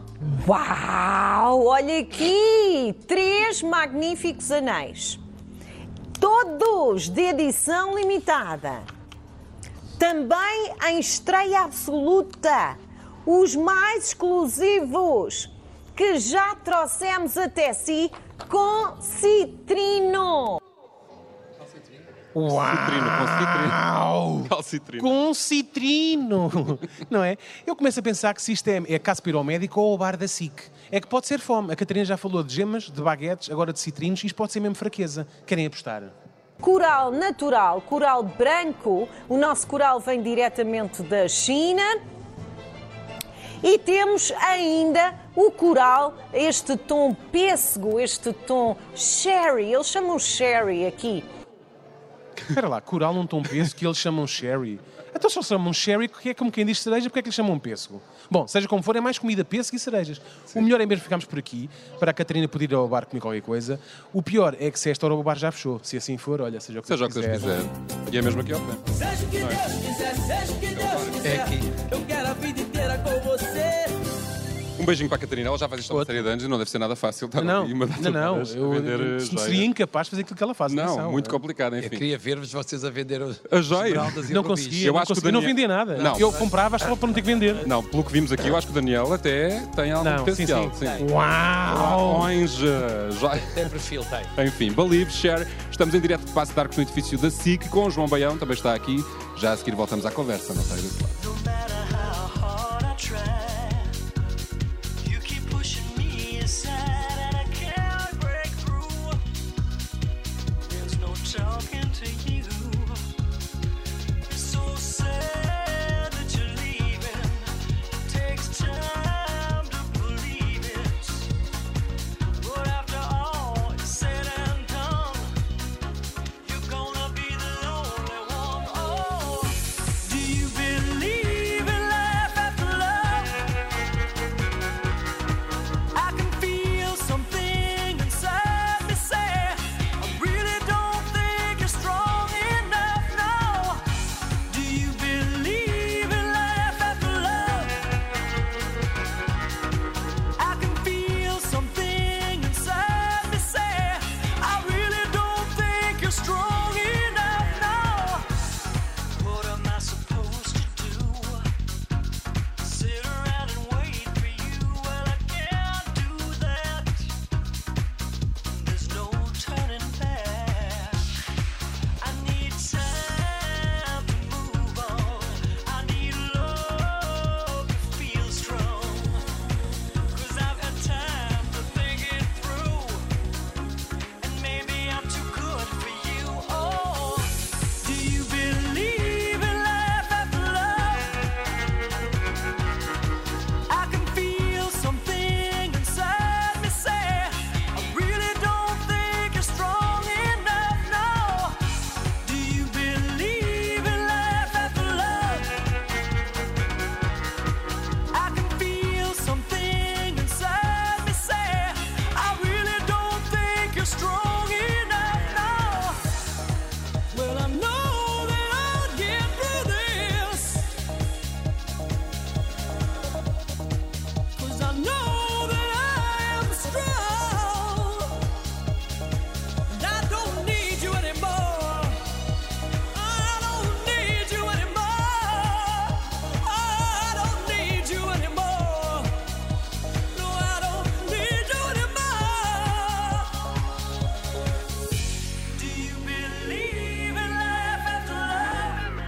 S21: uau! Olha aqui! Três magníficos anéis. Todos de edição limitada. Também em estreia absoluta. Os mais exclusivos que já trouxemos até si com citrino.
S2: Uau!
S1: Calcitrino.
S2: Com citrino! Não é? Eu começo a pensar que se isto é, é caso para ir ao médico ou ao bar da SIC. É que pode ser fome. A Catarina já falou de gemas, de baguetes, agora de citrinos. Isto pode ser mesmo fraqueza. Querem apostar?
S21: Coral natural, coral branco. O nosso coral vem diretamente da China. E temos ainda o coral, este tom pêssego, este tom sherry. Eles chamam sherry aqui.
S2: Espera lá, coral não tem um peso que eles chamam sherry. Então só chamam sherry, que é como quem diz cereja, porque é que lhe chamam pêssego? Bom, seja como for, é mais comida pêssego e cerejas. O melhor é mesmo ficarmos por aqui, para a Catarina poder ir ao bar comigo qualquer coisa. O pior é que se esta hora o bar já fechou. Se assim for, olha, seja o que
S1: Seja o
S2: Deus
S1: que Deus quiser. E é mesmo aqui ao pé.
S10: Seja o que Deus quiser, seja o que Deus
S2: É
S10: quiser. Eu quero a vida inteira com você.
S1: Um beijinho para a Catarina, ela já faz isto há uma série de anos e não deve ser nada fácil. Estar
S2: Não,
S1: ali uma data
S2: não,
S1: de
S2: não.
S1: horas a
S2: Eu,
S1: vender, eh,
S2: eu
S1: joias.
S2: seria incapaz de fazer aquilo que ela faz.
S1: Não,
S2: atenção.
S1: muito complicado,
S6: Eu
S1: enfim.
S6: queria ver-vos vocês a vender os-
S1: A joia?
S6: esmeraldas e
S2: Não
S6: rubis.
S2: conseguia, eu não, conseguia, não vendia nada. Eu comprava, estava para não ter que vender.
S1: Não, pelo que vimos aqui, eu acho que o Daniel até tem algum
S2: Não, sim,
S1: potencial.
S2: sim. Uau!
S1: Laões, eh, joia.
S6: Tem perfil, tem.
S1: Enfim, Believe, Share. Estamos em direto de Passo de Arcos no edifício da SIC com o João Baião, também está aqui. Já a seguir voltamos à conversa, não saias desse lado.
S10: Oh. Do you believe in life after love? I can feel something inside me say I really don't think you're strong enough now. Do you believe in life after love? I can feel something inside me say I really don't think you're strong enough now. What am I supposed to do? Sit around and wait for you? Well, I can't do that. There's no turning back. I need time to move on. I need love to feel strong. i I've had time to think it through. And maybe I'm too good for you. Oh. Do you believe in life after love? I can feel something inside me say I really don't think you're strong enough now. Do you believe in life after love? I can feel something inside me say I really don't think you're strong enough now. Well, I know that I'll get through this. Cause I know that I am strong. And I don't need you anymore. I don't need you anymore. I don't need you anymore. No, I don't need you anymore. Do you believe in life after love?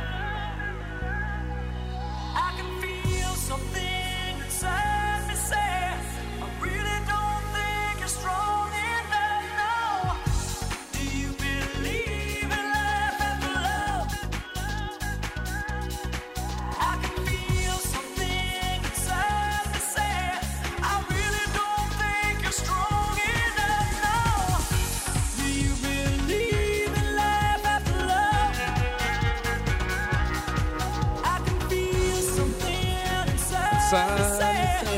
S10: I can feel something inside me say I really don't think you're strong enough now. Do you believe in life after love? I can feel something inside me say I really don't think you're strong enough now. Do you believe in life after love? I can feel something inside me say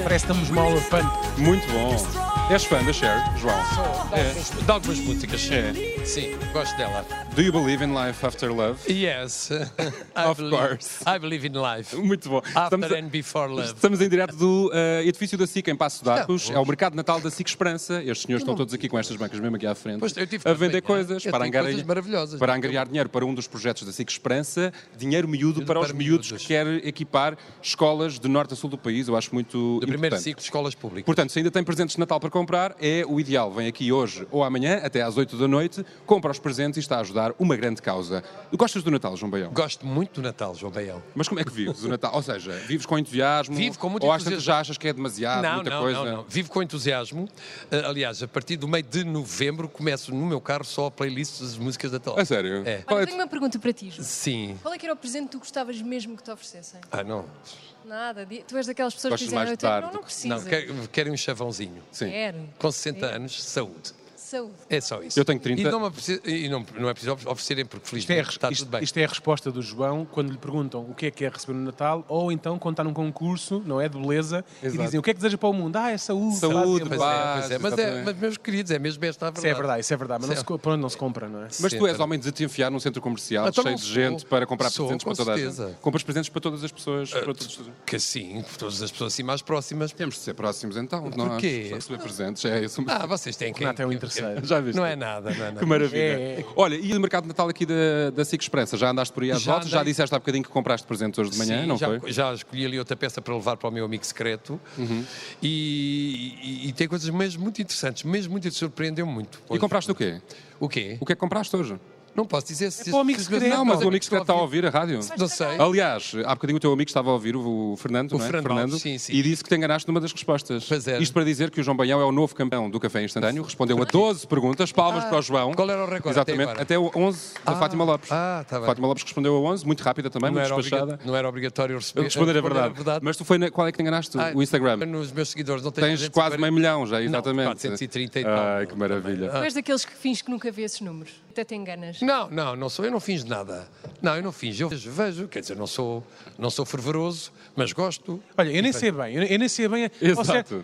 S2: Parece que estamos mal a pano.
S1: Muito bom. És fã da Cher, João? É.
S6: Sou. De algumas músicas. Sim, gosto dela.
S1: Do you believe in life after love?
S6: Yes. I
S1: Of
S6: believe-
S1: course.
S6: I believe in life.
S1: Muito bom.
S6: After
S1: Estamos a-
S6: and before love.
S1: Estamos em direto do eh, edifício da SIC em Passo de Arcos.
S6: Estamos.
S1: É o mercado de natal da SIC Esperança. Estes senhores estão todos aqui com estas bancas mesmo aqui à frente.
S6: Pois, eu tive
S1: a
S6: cá de
S1: vender
S6: manhã.
S1: coisas
S6: Eu
S1: para
S6: tive
S1: angariar,
S6: coisas maravilhosas.
S1: para angariar dinheiro para um dos projetos da SIC Esperança. Dinheiro miúdo para, os miúdos que quer equipar escolas de norte a sul do país. Eu acho muito
S6: Do
S1: importante.
S6: primeiro ciclo de escolas públicas.
S1: Portanto, se ainda tem presentes de Natal para comprar, é o ideal. Vem aqui hoje ou amanhã, até às 8 da noite, compra os presentes e está a ajudar uma grande causa. Gostas do Natal, João Baião?
S6: Gosto muito do Natal, João Baião.
S1: Mas como é que vives o Natal? Ou seja, vives com entusiasmo?
S6: Vivo com muito
S1: Ou às
S6: entusiasmo.
S1: tantas já achas que é demasiado,
S6: não,
S1: muita
S6: não,
S1: coisa?
S6: não, não. Vivo com entusiasmo. Ah, aliás, a partir do meio de novembro começo no meu carro só a playlist das músicas da Natal.
S1: É sério?
S6: É.
S5: Olha, eu tenho uma pergunta para ti, João.
S6: Sim.
S5: Qual é que era o presente que tu gostavas mesmo que te oferecessem?
S6: Ah, não.
S5: Nada. di- Tu és daquelas pessoas
S6: Gostas
S5: que dizem,
S6: mais
S5: "Ah, eu
S6: de
S5: tenho-
S6: tarde.
S5: não, não
S6: Não,
S5: precisa.
S6: quer- querem um chavãozinho.
S5: Quero.
S6: Com 60
S5: Quero.
S6: anos, saúde.
S5: saúde.
S6: É só isso.
S1: Eu tenho 30.
S6: E não, me apetece- e não- não é preciso of- oferecerem, porque
S2: Isto é, a
S6: felizmente
S2: res-
S6: está
S2: isto-
S6: tudo bem.
S2: isto é a resposta do João quando lhe perguntam o que é que é receber no Natal, ou então quando está num concurso, não é? De beleza,
S6: Exato.
S2: e dizem o que é que deseja para o mundo? Ah, é saúde,
S1: um Saúde,
S2: sei
S6: Pois
S2: lá,
S6: é, pois é, mas, é, mas, meus queridos, é mesmo esta a
S2: Isso
S6: verdade.
S2: é verdade, isso é verdade, mas não
S6: Sim.
S2: se, co- por onde não se compra, não é?
S1: Mas tu és homem de desafiar num centro comercial
S6: Então
S1: cheio
S6: não
S1: de
S6: sou.
S1: gente para comprar
S6: Sou,
S1: presentes
S6: com
S1: para toda a
S6: certeza.
S1: gente. Compras presentes para todas as pessoas. para todos os-
S6: Ah, Que sim, todas as pessoas assim mais próximas.
S1: Temos de ser próximos então. não é?
S6: Porquê?
S1: Só receber presentes, é isso mesmo.
S6: Ah, vocês têm que.
S1: Renato é um
S6: interesseiro.
S1: Já viste?
S6: Não é nada, não é nada.
S1: Que maravilha.
S6: É, é.
S1: Olha, e o mercado de Natal aqui da, da SIC Expressa? Já andaste por aí às
S6: Já
S1: voltas? Já
S6: andei.
S1: disseste há bocadinho que compraste presentes hoje de manhã,
S6: Sim,
S1: não
S6: já,
S1: foi?
S6: já escolhi ali outra peça para levar para o meu amigo secreto
S1: Uhum.
S6: e, e- e tem coisas mesmo muito interessantes, mesmo muito surpreendeu muito.
S1: E compraste o quê?
S6: O quê?
S1: O que é que compraste hoje?
S6: Não posso dizer se.
S1: É para o amigo secreto. Não, mas o amigo secreto Ah, está a ouvir a rádio.
S6: Não sei.
S1: Aliás, há bocadinho o teu amigo estava a ouvir, o Fernando,
S6: O
S1: não é?
S6: Fernando Alves, sim, sim.
S1: e disse que te enganaste numa das respostas. Isto para dizer que o João Baião é o novo campeão do Café Instantâneo, respondeu a 12 perguntas, palmas
S6: Ah,
S1: para o João.
S6: qual era o recorde até
S1: Exatamente,
S6: agora?
S1: até, o 11 da
S6: Ah,
S1: Fátima Lopes.
S6: ah, está bem.
S1: Fátima Lopes respondeu a 11, muito rápida também,
S6: não,
S1: muito
S6: era
S1: despachada.
S6: obriga- não era obrigatório receber.
S1: Eu responder a verdade. Mas tu foi na, qual é que te enganaste?
S6: é Ah,
S1: o Instagram.
S6: Nos meus seguidores não tenho
S1: Tens
S6: 340.
S1: quase meio milhão já, exatamente.
S6: 430 e tal.
S1: Ai, que maravilha.
S6: Ah.
S5: Tu és daqueles que fins que nunca vê esses números. Até te enganas.
S6: Não, não, não sou, eu não finjo nada. Não, eu não finjo, eu vejo, vejo, quer dizer, não sou, não sou fervoroso, mas gosto.
S2: Olha, eu nem sei bem, eu eu nem sei bem. é
S6: Exato.
S2: Ou seja,
S6: Mas eu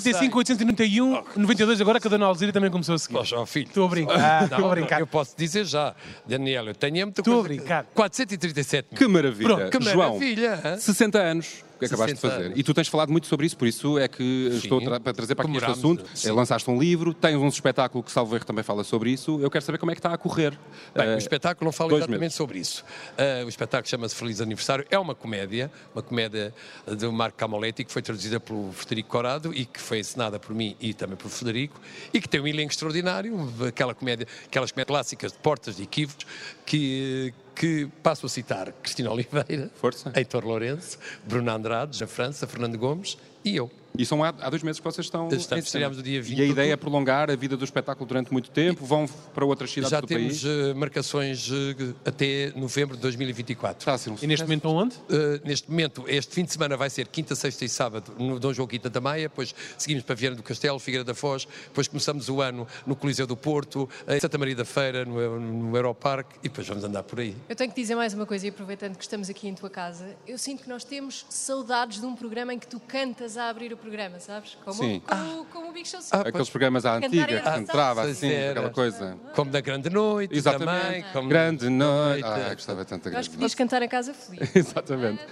S6: sei.
S2: 435, 891, 92, agora que a Dona Alzira também começou a seguir.
S6: Ó, Oh. filho. Ah,
S2: Estou a brincar,
S6: Não,
S2: estou a brincar.
S6: Eu posso dizer já, Daniel, eu tenho é muita
S2: Estou a
S6: coisa que-
S2: brincar.
S6: 437
S1: Que maravilha.
S6: Pronto, que
S1: João,
S6: maravilha. hã?
S1: 60 anos que acabaste de
S6: 60
S1: fazer.
S6: anos.
S1: E tu tens falado muito sobre isso, por isso é que
S6: Sim.
S1: estou a tra- para trazer para aqui este
S6: Comemorámos,
S1: assunto.
S6: sim.
S1: Eh, Lançaste um livro, tens um espetáculo que, salvo erro, também fala sobre isso. Eu quero saber como é que está a correr.
S6: Bem,
S1: Eh,
S6: o espetáculo não fala
S1: dois
S6: exatamente
S1: meses.
S6: sobre isso. Ah, o espetáculo chama-se Feliz Aniversário. É uma comédia, uma comédia do Marco Camoletti, que foi traduzida pelo Frederico Corado e que foi encenada por mim e também pelo Frederico, e que tem um elenco extraordinário, aquela comédia, aquelas comédias clássicas de portas de equívocos, que, que passo a citar Cristina Oliveira, Heitor Lourenço, Bruno Andrade, da França, Fernando Gomes e eu.
S1: E são há, há dois meses que vocês estão.
S6: Estamos-
S1: em cena.
S6: estreámos no dia 20
S1: E a
S6: de
S1: ideia é
S6: outubro.
S1: prolongar a vida do espetáculo durante muito tempo, vão f- para outras cidades
S6: Já
S1: do
S6: temos
S1: país.
S6: eh, marcações eh, até novembro de 2024.
S1: um
S2: E neste momento estão onde?
S6: Eh, neste momento, este fim de semana vai ser quinta, sexta e sábado no Dom João Quinta da Maia, depois seguimos para Vieira do Castelo, Figueira da Foz, depois começamos o ano no Coliseu do Porto, em Santa Maria da Feira, no, no Europarque, e depois vamos andar por aí.
S5: Eu tenho que dizer mais uma coisa, e aproveitando que estamos aqui em tua casa, eu sinto que nós temos saudades de um programa em que tu cantas a abrir o programa, sabes? Como,
S1: Sim.
S5: como, como o Big Show
S1: Ah, Aqueles programas à
S5: Cantar
S1: antiga,
S5: e
S1: que
S5: dançar.
S1: entrava
S6: Pois
S1: assim,
S6: era.
S1: aquela coisa.
S6: Como da Grande Noite também. Como
S1: Grande noite. Ah, gostava tanto da
S5: Eu
S1: grande noite.
S5: acho que podias cantar a casa feliz.
S1: Exatamente.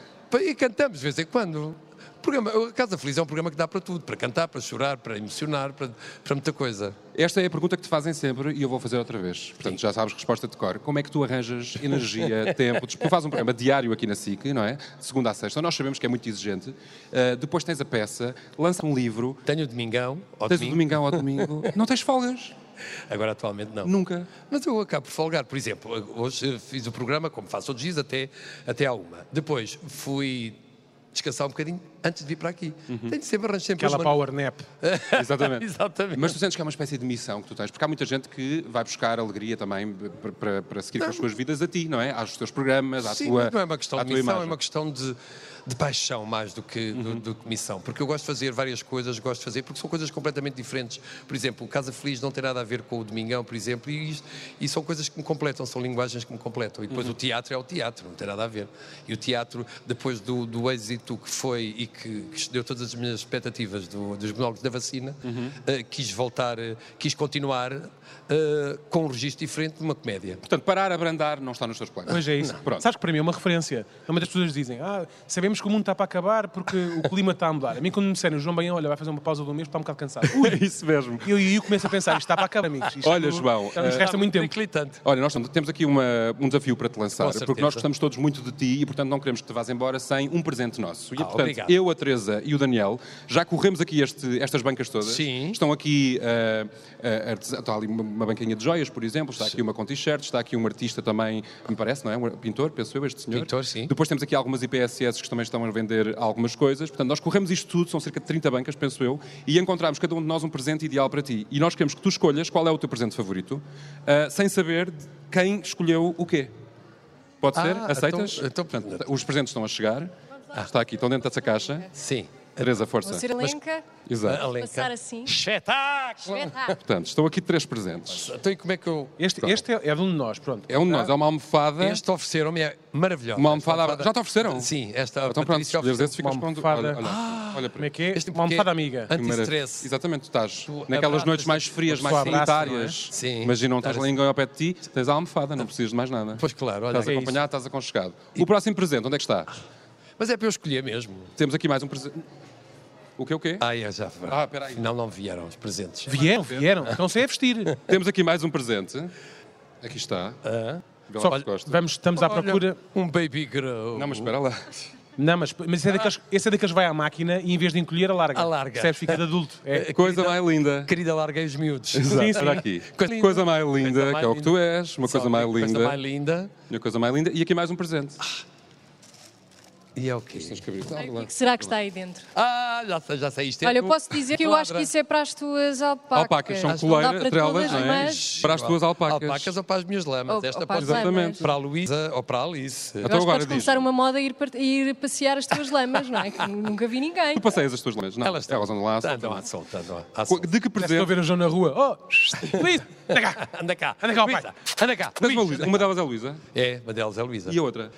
S6: E cantamos de vez em quando. O Programa, a Casa Feliz é um programa que dá para tudo, para cantar, para chorar, para emocionar, para, para muita coisa.
S1: Esta é a pergunta que te fazem sempre e eu vou fazer outra vez. Portanto, já sabes a resposta de cor. Como é que tu arranjas energia, tempo? Tu fazes um programa diário aqui na SIC, não é? De Segunda a sexta. Nós sabemos que é muito exigente. Uh, depois tens a peça, lança um livro.
S6: Tenho o domingão ao
S1: tens
S6: domingo.
S1: o domingão ao domingo. não tens folgas?
S6: Agora, atualmente, não.
S1: Nunca.
S6: Mas eu acabo por folgar. Por exemplo, hoje eh, fiz o programa, como faço todos os dias, até, até à uma. Depois fui descansar um bocadinho antes de vir para aqui.
S1: Uhum.
S6: Tenho sempre arranjo sempre
S2: Aquela
S6: umas
S2: power nap.
S1: Exatamente.
S6: Exatamente.
S1: Mas tu sentes que é uma espécie de missão que tu tens, porque há muita gente que vai buscar alegria também para- para para seguir com as suas vidas a ti, não é? Aos teus programas, à
S6: Sim,
S1: tua.
S6: mas não é uma questão
S1: à
S6: de
S1: tua
S6: missão,
S1: imagem. Uhum.
S6: é uma questão de, de paixão mais do que, do- do que missão. Porque eu gosto de fazer várias coisas, gosto de fazer, porque são coisas completamente diferentes. Por exemplo, o Casa Feliz não tem nada a ver com o Domingão, por exemplo, e, isto- e são coisas que me completam, são linguagens que me completam. E
S1: Uhum.
S6: depois o teatro é o teatro, não tem nada a ver. E o teatro, depois do, do êxito que foi e que, que excedeu todas as minhas expectativas do- dos monólogos da vacina,
S1: Uhum.
S6: eh, quis voltar, eh, quis continuar eh, com um registro diferente de uma comédia.
S1: Portanto, parar a brandar não está nos teus planos.
S2: Pois é isso.
S1: Pronto.
S2: Sabes que para mim é uma referência. Muitas pessoas dizem, ah, sabemos que o mundo está para acabar porque o clima está a mudar. A mim quando me disserem, o João Baião, olha, vai fazer uma pausa do mês, está um bocado cansado. Ui,
S1: É isso mesmo.
S2: eu, eu começo a pensar, isto está para acabar, amigos. Isto-
S1: Olha, João.
S2: isto
S1: eh,
S2: resta é muito tempo.
S1: Olha, nós tam- temos aqui uma- um desafio para te lançar,
S6: Com certeza.
S1: porque nós gostamos todos muito de ti e, portanto, não queremos que te vás embora sem um presente nosso. E,
S6: Ah,
S1: portanto,
S6: obrigado.
S1: eu, a Teresa e o Daniel já corremos aqui este- estas bancas todas.
S6: Sim.
S1: Estão aqui, ah, ah, artesa- está ali uma, uma banquinha de joias, por exemplo, está aqui uma com t-shirts, está aqui um artista também, me parece, não é? Um pintor, penso eu, este senhor.
S6: Pintor, sim.
S1: Depois temos aqui algumas IPSS que também estão a vender algumas coisas. Portanto, nós corremos isto tudo, são cerca de 30 bancas, penso eu, e encontramos cada um de nós um presente ideal para ti. E nós queremos que tu escolhas qual é o teu presente favorito, ah, sem saber quem escolheu o quê. Pode ser?
S6: Ah,
S1: Aceitas?
S6: então- então-
S1: Portanto, os presentes estão a chegar. Está aqui, estão dentro dessa caixa.
S6: Sim.
S1: Teresa, força.
S5: Vou ser alenca,
S1: Mas- Exato.
S5: passar assim.
S6: Espetáculo!
S5: Espetáculo.
S1: Portanto, estão aqui três presentes.
S6: Então, e como é que eu.
S2: Este, este é, é de um de nós, pronto.
S1: É um de nós, é uma almofada.
S6: Este ofereceram-me é maravilhosa.
S1: Uma almofada-
S6: Esta
S1: já te ofereceram?
S6: Sim, esta.
S1: Então pronto, se escolheres esse, ficas
S6: uma
S1: pronto.
S6: almofada- Ah!
S1: Olha, olha, olha para
S2: Como é que é?
S1: Este
S2: Uma
S1: porque-
S2: almofada amiga.
S1: Que maravilha.
S6: Anti-stress.
S1: Exatamente, tu estás naquelas
S6: abraças
S1: noites mais frias,
S6: a
S1: mais
S6: pessoa, abraça,
S1: solitárias.
S6: não é? Sim.
S1: Imagina, não estás
S6: Abraça.
S1: ninguém ao pé de ti, tens a almofada, não precisas de mais nada.
S6: Pois claro, olha.
S1: Estás
S6: é
S1: acompanhado, estás aconchegado. O próximo presente, onde é que está?
S6: isso. Mas é para eu escolher mesmo.
S1: Temos aqui mais um presente. O que o quê?
S6: Ah, é, já.
S1: Ah, espera aí.
S6: Não, não vieram os presentes.
S2: Vieram, vieram. Então se é vestir.
S1: Temos aqui mais um presente. Aqui está.
S6: Ah.
S1: Bela
S2: Só-
S1: Costa.
S2: vamos- estamos à
S1: Olha,
S2: procura-
S6: Um baby grow.
S1: Não, mas espera lá.
S2: Não, mas, mas esse, é daqueles, esse é daqueles que vai à máquina e em vez de encolher, alarga.
S6: Alarga.
S2: Percebes? Fica de adulto. É.
S1: Coisa mais linda.
S6: Querida, larguei os miúdos.
S1: Exato,
S2: Sim, sim.
S1: olha aqui.
S6: Coisa-
S1: Coisa mais linda,
S6: mais
S1: que é o que tu
S6: linda.
S1: és. Uma
S6: Só
S1: coisa mais linda.
S6: Coisa mais linda. Ah.
S1: Uma coisa mais linda. E aqui mais um presente.
S6: E é o quê?
S5: O que será que está aí dentro?
S6: Ah, já sei, já sei. Isto é
S5: Olha, eu
S6: tu-
S5: posso dizer que eu
S6: Ladra.
S5: acho que isso é para as tuas alpacas.
S1: Alpacas, são
S5: Não dá
S1: coleira,
S5: para
S1: trelas,
S5: todas,
S1: não é?
S5: mas...
S1: Para as tuas alpacas.
S6: Alpacas ou para as minhas lamas.
S5: Ou-
S6: Esta
S5: ou para
S6: pode
S5: as lamas. Exatamente.
S6: para a Luísa ou para a
S1: Então
S6: Alice.
S5: Eu acho que podes começar uma moda e ir, par- ir passear as tuas lamas, não é? Que nunca vi ninguém.
S1: Tu passeias as tuas lentes, não?
S6: Elas estão-
S1: andam lá.
S6: Andam à solta, andam à- à
S1: De que
S2: Parece que Estou a
S1: presente?
S2: ver o João na rua. Oh, Luís, anda cá.
S6: Anda cá.
S2: Anda cá,
S6: Luísa,
S2: pai.
S6: Anda cá.
S1: Tens uma,
S6: Luísa,
S1: Luísa. uma delas é a Luísa.
S6: É, uma delas é a Luísa.
S1: E a outra?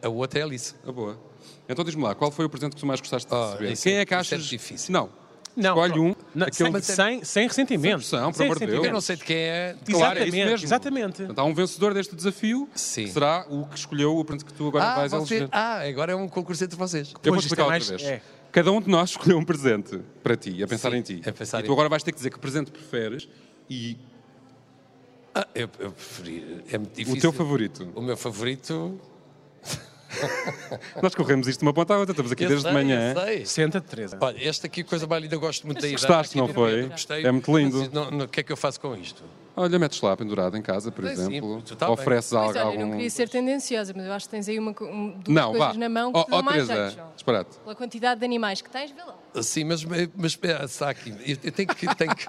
S6: a outra é a Alice.
S1: A boa. Então diz-me lá, qual foi o presente que tu mais gostaste de receber?
S6: isso
S1: Quem
S6: é-
S1: é que
S6: isso é
S1: achas...
S6: difícil.
S1: Não.
S2: Não,
S1: Escolhe um.
S2: Não,
S1: aquele
S2: sem, sem, sem ressentimento.
S1: Pressão, por
S2: Sem
S1: amor de Deus.
S2: ressentimento.
S6: Eu não sei um, de quem é.
S1: Claro, é isso
S2: exatamente,
S1: mesmo.
S2: exatamente.
S1: Portanto, há um vencedor deste desafio, que será o que escolheu o presente que tu agora
S6: Ah,
S1: vais
S6: você-
S1: eleger.
S6: ah, agora é um concurso entre vocês.
S1: Eu vou
S2: Pois, isto é
S1: explicar
S2: mais-
S1: outra vez.
S2: é.
S1: Cada um de nós escolheu um presente para ti, a pensar em ti.
S6: a pensar
S1: e
S6: em
S1: tu
S6: mim.
S1: agora vais ter que dizer que presente preferes e
S6: Ah, eu, eu preferi. É muito difícil.
S1: o teu favorito.
S6: O meu favorito.
S1: Nós corremos isto de uma ponta à outra, estamos aqui
S6: Eu
S1: desde
S6: sei,
S1: de manhã.
S6: eu sei.
S2: Senta-te, Teresa.
S6: é? Olha, esta aqui, coisa mais linda, eu gosto muito da ideia.
S1: Gostaste, não foi?
S6: Gostei.
S1: É muito lindo.
S6: Mas não- não- O que é que eu faço com isto?
S1: Olha, metes lá pendurado em casa, por
S6: Sim, sim,
S1: exemplo.
S6: tu tá bem.
S1: Ofereces
S5: Pois,
S1: algo.
S5: olha, eu não
S1: Algum...
S5: queria ser tendenciosa, mas eu acho que tens aí uma, co- um, duas
S1: Não,
S5: coisas
S1: vá.
S5: na mão que
S6: Oh,
S1: Ó,
S5: te dão
S1: ó,
S5: mais
S1: Teresa,
S5: jeito, João.
S1: disparate.
S5: Pela quantidade de animais que tens, vê lá.
S6: Sim, mas, mas é, está aqui. Eu, eu tenho que. Tenho que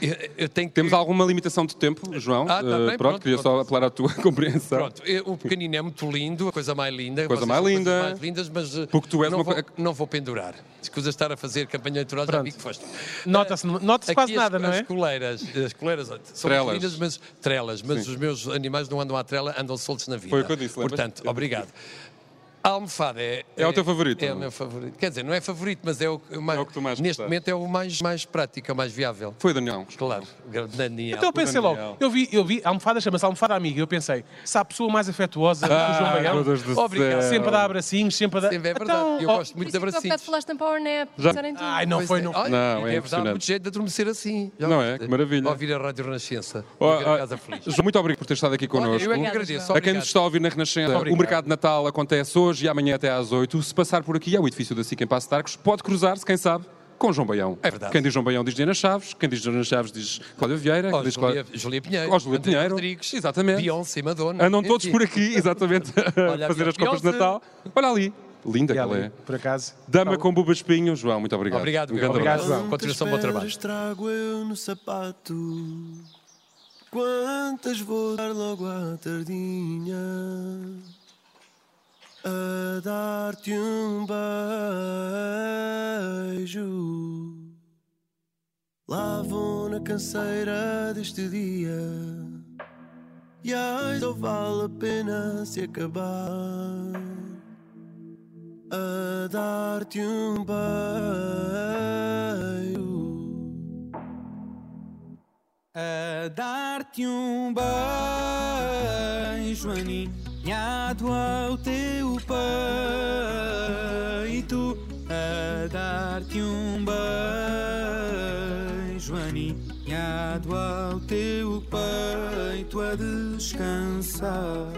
S6: eu, eu tenho que.
S1: Temos alguma limitação de tempo, João?
S6: Ah, tá
S1: Eh,
S6: bem,
S1: pronto,
S6: pronto,
S1: queria só
S6: pronto.
S1: apelar à tua compreensão.
S6: Pronto, eu- o pequenino é muito lindo, a coisa mais linda.
S1: Coisa
S6: vocês
S1: mais
S6: são coisas
S1: linda.
S6: mais lindas, mas eh,
S1: Porque tu és
S6: não,
S1: uma
S6: vou,
S1: co-
S6: não vou pendurar. Escusa estar a fazer campanha eleitoral, já vi que foste.
S2: Nota-se nota
S6: Aqui
S2: quase
S6: as-
S2: nada, não é?
S6: As coleiras, as coleiras olha, são
S1: Trelas.
S6: muito lindas, mas trelas, mas os meus animais não andam à trela, andam soltos na vida.
S1: Foi o que eu disse, lembras-te?
S6: Portanto, obrigado. A almofada é,
S1: É o teu favorito,
S6: É o
S1: não é?
S6: meu favorito. Quer dizer, não é favorito, mas é o, que mais,
S1: É o que tu mais
S6: Neste
S1: gostaste.
S6: momento é o mais, mais prático, é o mais viável.
S1: Foi, Daniel.
S6: Claro, grande Daniel.
S2: Então eu pensei
S1: Daniel.
S2: logo, eu vi, eu vi a almofada chama-se almofada amiga, eu pensei, se há a pessoa mais afetuosa do que o João
S1: Ah, meu
S2: Baião,
S1: Deus do
S6: Obrigado.
S1: céu.
S2: sempre a dar abracinhos, sempre a dar...
S6: Sim, é verdade. eu
S2: ó,
S6: gosto
S5: Por
S6: muito
S5: isso
S6: de
S5: é que tu há bocado
S6: abracinhos.
S5: falaste em Power Nap.
S1: Já-
S5: pensar em tudo.
S2: Então, oh, Ai, não
S6: Pois
S2: foi...
S6: é.
S2: Não.
S6: Olha,
S1: Não, é
S6: é, verdade,
S1: impressionante.
S6: muito jeito de adormecer assim. Já
S1: Não
S6: ouviste?
S1: é? Que maravilha.
S6: Ouvir a Rádio Renascença.
S1: Ó,
S6: ouvir a
S1: ó,
S6: Casa Feliz.
S1: João, muito obrigado por ter estado aqui connosco.
S6: Eu é que agradeço.
S1: A quem nos
S6: obrigado.
S1: está a ouvir na Renascença,
S2: Obrigado.
S1: o mercado de Natal acontece hoje e amanhã até às 8. Se passar por aqui, é o edifício da SIC em Passo de Arcos, pode cruzar-se, quem sabe, com João Baião.
S6: É verdade.
S1: Quem diz João Baião diz Diana Chaves, quem diz Diana Chaves diz Cláudia Vieira,
S6: Ó,
S1: quem diz
S6: Julia,
S1: Cláudia...
S6: Julia Pinheiro.
S1: Ó, Julia
S6: André
S1: Pinheiro.
S6: Rodrigues.
S1: Exatamente.
S6: Beyoncé e Madonna.
S1: Andam todos
S6: Enfim.
S1: por aqui, exatamente,
S6: Olha a
S1: a fazer as
S6: Beyoncé.
S1: compras de Natal. Olha ali. Linda
S2: E
S1: que ela
S2: ali,
S1: é.
S2: por acaso...
S1: Dama com buba espinho. João, muito obrigado.
S6: Obrigado,
S1: um grande
S2: obrigado,
S1: abraço.
S2: João.
S6: Continuação, bom trabalho.
S4: pedras trago eu no sapato? Quantas vou dar logo à tardinha? A dar-te um beijo. Lá vou na canseira deste dia. E ai, só vale a pena se acabar. A dar-te um beijo.
S8: A dar-te um beijo aninhado ao teu peito A dar-te um beijo aninhado ao teu peito A descansar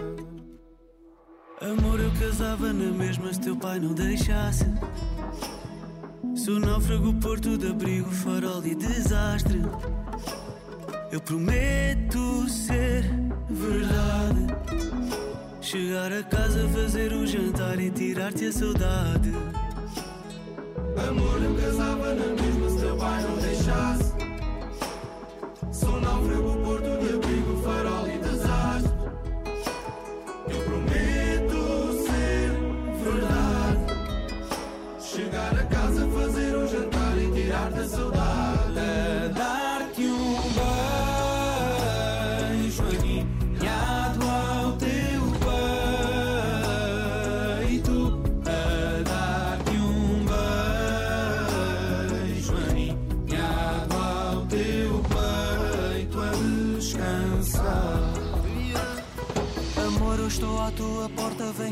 S4: Amor, eu casava na mesma se teu pai não deixasse. Sou náufrago, porto de abrigo, farol e desastre. Eu prometo ser verdade. Chegar a casa, fazer o jantar e tirar-te a saudade. Amor, eu casava na mesma se teu pai não deixasse. Sou náufrago, porto de abrigo, farol e desastre. Eu prometo ser verdade. Chegar a casa. um um
S8: alinhado ao teu peito, a dar-te um beijo, alinhado ao teu peito, a descansar.
S4: Amor, eu estou à tua porta, vem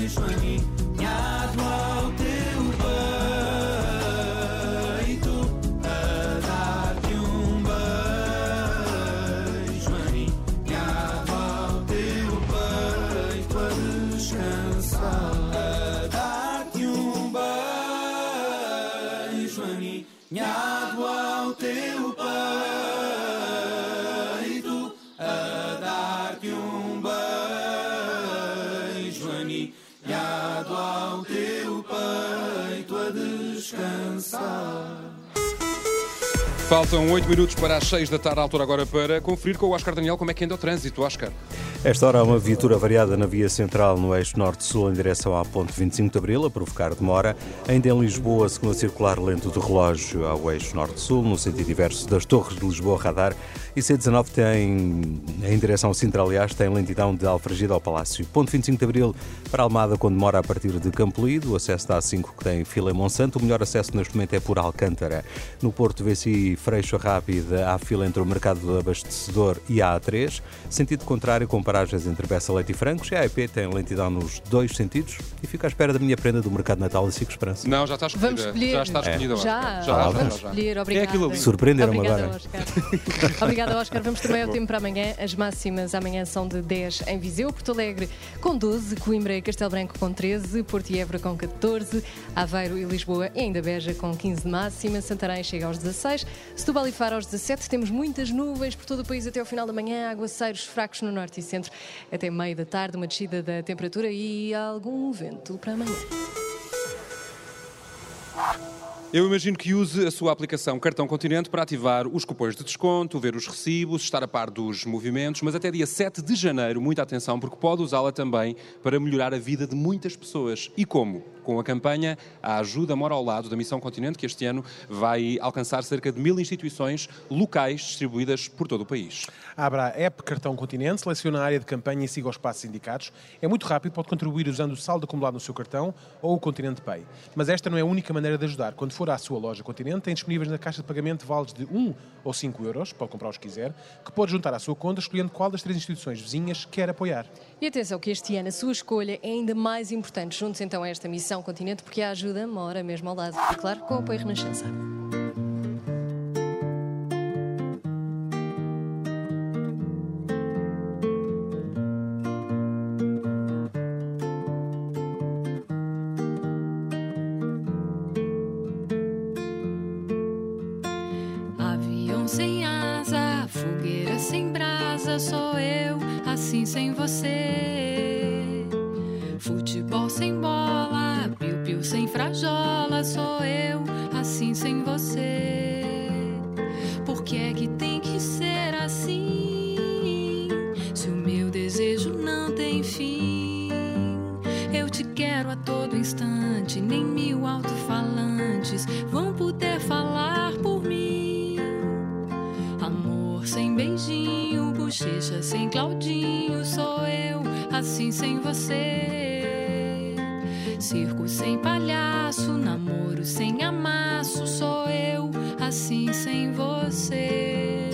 S8: beijo, aninhado ao teu peito. A dar-te um beijo, aninhado ao teu peito, a descansar. A dar-te um beijo, aninhado ao teu peito. A dar-te um beijo, aninhado ao teu peito, a descansar.
S1: Faltam 8 minutos para as 6 da tarde, à altura agora para conferir com o Oscar Daniel como é que anda o trânsito, Oscar.
S7: Esta hora há uma viatura variada na via central no eixo norte-sul em direção à ponte 25 de Abril, a provocar demora. Ainda em Lisboa, segunda circular lento do relógio ao eixo norte-sul, no sentido diverso das Torres de Lisboa Radar. E C19 tem, em direção ao Sintra, aliás, tem lentidão de Alfragida ao Palácio. Ponto 25 de Abril para Almada, quando demora a partir de Campolido. O acesso da A5 que tem fila em Monsanto. O melhor acesso neste momento é por Alcântara. No Porto, VCI, Freixo Rápida, há fila entre o mercado do abastecedor e a A3. Sentido contrário, com paragens entre Bessa Leite e Francos. E a IP tem lentidão nos dois sentidos. E fico à espera da minha prenda do mercado Natal de Cico Esperança.
S1: Não, já está escolhida.
S5: Vamos escolher.
S1: Já está escolhida,
S5: É.
S1: Oscar.
S5: Já,
S1: já,
S5: vamos
S1: já.
S5: escolher.
S1: É aquilo
S5: Obrigada.
S1: ali.
S7: Surpreenderam-me
S5: Obrigada,
S7: agora.
S5: Oscar. Obrigada, Oscar. Vamos também ao tempo para amanhã. As máximas amanhã são de 10 em Viseu, Porto Alegre com 12, Coimbra e Castelo Branco com 13, Porto e Évora com 14, Aveiro e Lisboa e ainda Beja com 15 de máxima, Santarém chega aos 16, Setúbal e Faro aos 17. Temos muitas nuvens por todo o país até ao final da manhã, aguaceiros fracos no norte e centro até meio da tarde, uma descida da temperatura e algum vento para amanhã.
S1: Eu imagino que use a sua aplicação Cartão Continente para ativar os cupões de desconto, ver os recibos, estar a par dos movimentos, mas até dia 7 de janeiro, muita atenção, porque pode usá-la também para melhorar a vida de muitas pessoas. E como? Com a campanha A Ajuda Mora ao Lado da Missão Continente, que este ano vai alcançar cerca de mil instituições locais distribuídas por todo o país.
S2: Abra a app Cartão Continente, seleciona a área de campanha e siga os passos indicados. É muito rápido, pode contribuir usando o saldo acumulado no seu cartão ou o Continente Pay. Mas esta não é a única maneira de ajudar. Quando for à sua loja Continente, tem disponíveis na caixa de pagamento vales de 1 ou 5 euros, pode comprar os que quiser, que pode juntar à sua conta escolhendo qual das três instituições vizinhas quer apoiar.
S5: E atenção que este ano a sua escolha é ainda mais importante. Junte-se então a esta missão continente porque a ajuda mora mesmo ao lado. E claro, com o apoio Renascença.
S12: Avião sem asa, fogueira sem brasa, sou eu assim sem você. Futebol sem bola, piu-piu sem frajola, sou eu assim sem você. Por que é que tem que ser assim? Se o meu desejo não tem fim, eu te quero a todo instante, nem mil alto-falantes vão poder falar por mim. Amor sem beijinho, bochecha sem Claudinho, sou eu, assim sem você. Circo sem palhaço, namoro sem amasso, sou eu, assim sem você.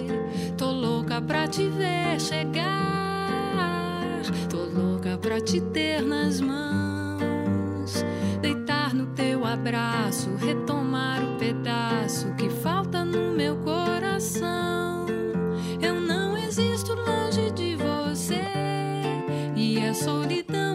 S12: Tô louca pra te ver chegar, tô louca pra te ter nas mãos, deitar no teu abraço, retomar o pedaço que falta no meu coração. Eu não existo longe de você. solidão. é tá assim um assim, é assim? é tá